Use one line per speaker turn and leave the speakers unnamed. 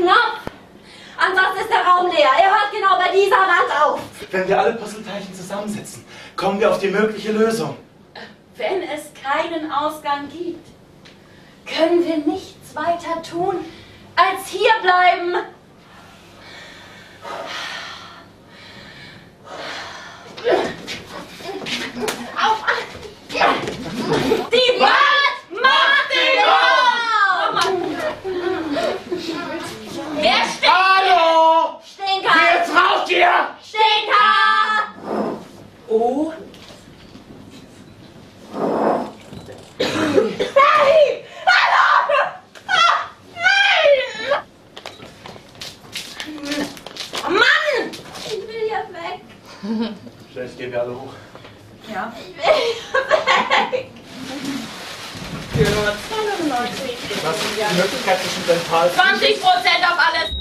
Knopf. Ansonsten ist der Raum leer. Er hört genau bei dieser Wand auf.
Wenn wir alle Puzzleteilchen zusammensetzen, kommen wir auf die mögliche Lösung.
Wenn es keinen Ausgang gibt, können wir nichts weiter tun, als hier bleiben. Auf! Die Wand macht den Raum! Wer stinkt?
Hallo!
Stinker!
raucht ihr!
Stinker!
Oh,
Nein! Hallo! Ah, nein! Oh Mann! Ich will hier weg.
Vielleicht gehen wir alle hoch.
ja.
Ich will hier weg.
Für 290
Was ist die Möglichkeit zwischen Dental?
20 Prozent auf alles.